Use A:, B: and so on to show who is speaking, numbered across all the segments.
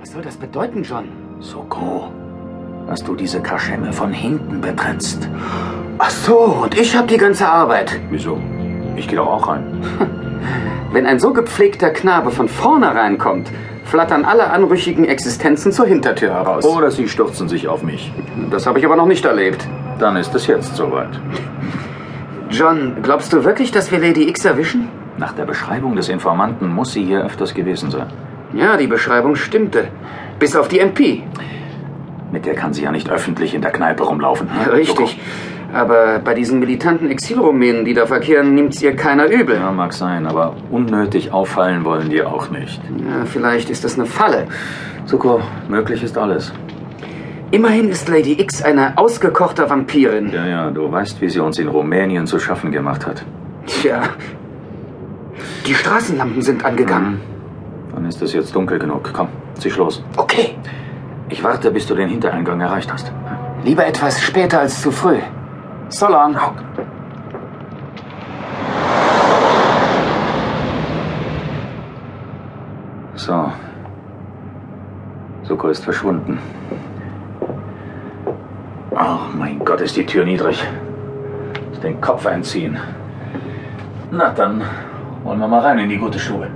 A: Was soll das bedeuten, John?
B: Soko, dass du diese Kaschemme von hinten betrittst. Ach so, und ich hab die ganze Arbeit. Wieso? Ich gehe doch auch rein.
A: Wenn ein so gepflegter Knabe von vorne reinkommt, flattern alle anrüchigen Existenzen zur Hintertür heraus.
B: Oder sie stürzen sich auf mich.
A: das habe ich aber noch nicht erlebt.
B: Dann ist es jetzt soweit.
A: John, glaubst du wirklich, dass wir Lady X erwischen?
B: Nach der Beschreibung des Informanten muss sie hier öfters gewesen sein.
A: Ja, die Beschreibung stimmte. Bis auf die MP.
B: Mit der kann sie ja nicht öffentlich in der Kneipe rumlaufen.
A: Richtig. Aber bei diesen militanten Exilrumänen, die da verkehren, nimmt's ihr keiner übel.
B: Ja, mag sein, aber unnötig auffallen wollen die auch nicht.
A: Ja, vielleicht ist das eine Falle.
B: Zuko, möglich ist alles.
A: Immerhin ist Lady X eine ausgekochte Vampirin.
B: Ja, ja, du weißt, wie sie uns in Rumänien zu schaffen gemacht hat.
A: Tja. Die Straßenlampen sind angegangen.
B: Dann ist es jetzt dunkel genug. Komm, zieh los.
A: Okay.
B: Ich warte, bis du den Hintereingang erreicht hast.
A: Lieber etwas später als zu früh. So long.
B: So. Suko ist verschwunden. Oh mein Gott, ist die Tür niedrig. Muss Den Kopf einziehen. Na dann, wollen wir mal rein in die gute Stube.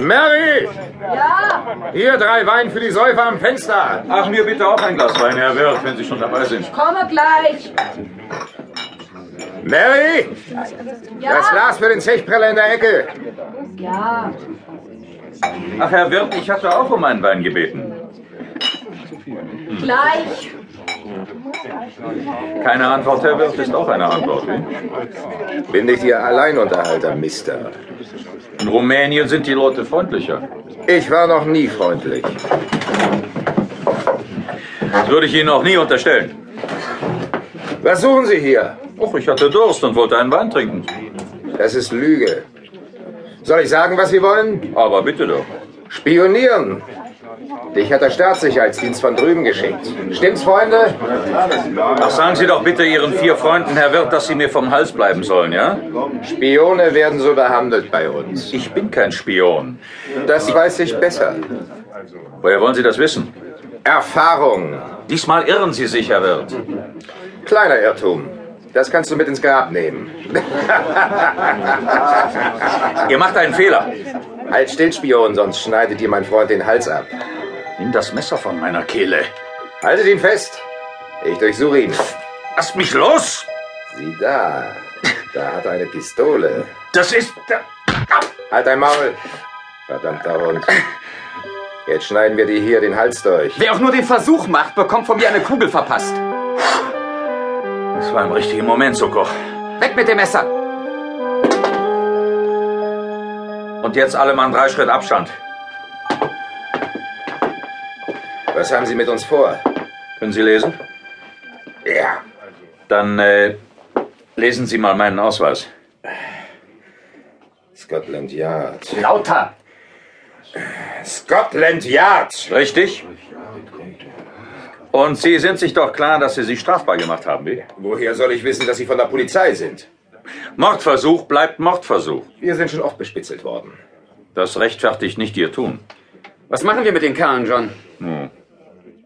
C: Mary! Ja! Hier drei Wein für die Säufer am Fenster.
D: Ach, mir bitte auch ein Glas Wein, Herr Wirth, wenn Sie schon dabei sind.
E: Komme gleich.
C: Mary! Das Glas für den Zechpreller in der Ecke.
E: Ja.
D: Ach, Herr Wirth, ich hatte auch um einen Wein gebeten.
E: Gleich.
D: Keine Antwort, Herr Wirth, ist auch eine Antwort. wie?
C: Bin nicht Ihr Alleinunterhalter, Mister.
D: In Rumänien sind die Leute freundlicher.
C: Ich war noch nie freundlich.
D: Das würde ich Ihnen auch nie unterstellen.
C: Was suchen Sie hier?
D: Och, ich hatte Durst und wollte einen Wein trinken.
C: Das ist Lüge. Soll ich sagen, was Sie wollen?
D: Aber bitte doch.
C: Spionieren. Dich hat der Staatssicherheitsdienst von drüben geschickt. Stimmt's, Freunde?
D: Ach, sagen Sie doch bitte Ihren vier Freunden, Herr Wirth, dass sie mir vom Hals bleiben sollen, ja?
C: Spione werden so behandelt bei uns.
D: Ich bin kein Spion.
C: Das weiß ich besser.
D: Woher wollen Sie das wissen?
C: Erfahrung.
D: Diesmal irren Sie sich, Herr Wirth.
C: Kleiner Irrtum. Das kannst du mit ins Grab nehmen.
D: Ihr macht einen Fehler.
C: Halt still, Spion, sonst schneidet dir mein Freund den Hals ab.
D: Nimm das Messer von meiner Kehle.
C: Haltet ihn fest. Ich durchsuche ihn.
D: Lasst mich los!
C: Sieh da. Da hat er eine Pistole.
D: Das ist. der-
C: Halt dein Maul. Verdammter Hund. Jetzt schneiden wir dir hier den Hals durch.
A: Wer auch nur den Versuch macht, bekommt von mir eine Kugel verpasst.
D: Das war im richtigen Moment, Soko.
A: Weg mit dem Messer.
D: Und jetzt alle Mann drei Schritt Abstand.
C: Was haben Sie mit uns vor?
D: Können Sie lesen?
C: Ja.
D: Dann äh, lesen Sie mal meinen Ausweis.
C: Scotland Yard.
A: Lauter.
C: Scotland Yard!
D: Richtig? Und Sie sind sich doch klar, dass Sie sich strafbar gemacht haben, wie?
C: Woher soll ich wissen, dass Sie von der Polizei sind?
D: Mordversuch bleibt Mordversuch.
C: Wir sind schon oft bespitzelt worden.
D: Das rechtfertigt nicht Ihr Tun.
A: Was machen wir mit den Kerlen, John?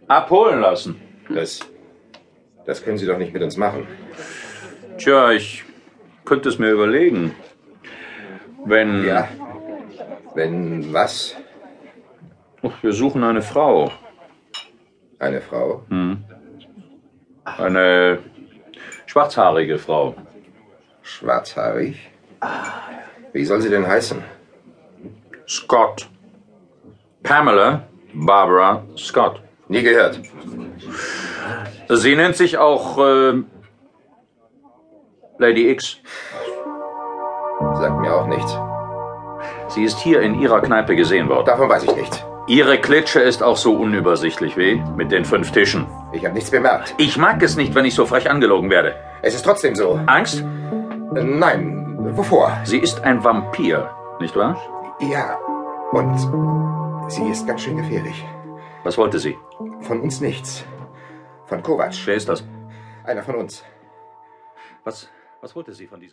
D: Abholen lassen.
C: Das. Das können Sie doch nicht mit uns machen.
D: Tja, ich könnte es mir überlegen. Wenn.
C: Ja. Wenn was?
D: Ach, wir suchen eine Frau.
C: Eine Frau?
D: Eine schwarzhaarige Frau.
C: Schwarzhaarig? Wie soll sie denn heißen?
D: Scott. Pamela Barbara Scott.
C: Nie gehört.
D: Sie nennt sich auch ähm, Lady X.
C: Sagt mir auch nichts.
D: Sie ist hier in ihrer Kneipe gesehen worden.
C: Davon weiß ich nichts.
D: Ihre Klitsche ist auch so unübersichtlich wie mit den fünf Tischen.
C: Ich habe nichts bemerkt.
D: Ich mag es nicht, wenn ich so frech angelogen werde.
C: Es ist trotzdem so.
D: Angst?
C: Äh, Nein, wovor?
D: Sie ist ein Vampir, nicht wahr?
C: Ja, und sie ist ganz schön gefährlich.
D: Was wollte sie?
C: Von uns nichts. Von Kovac,
D: Wer ist das?
C: einer von uns.
D: Was, was wollte sie von diesem?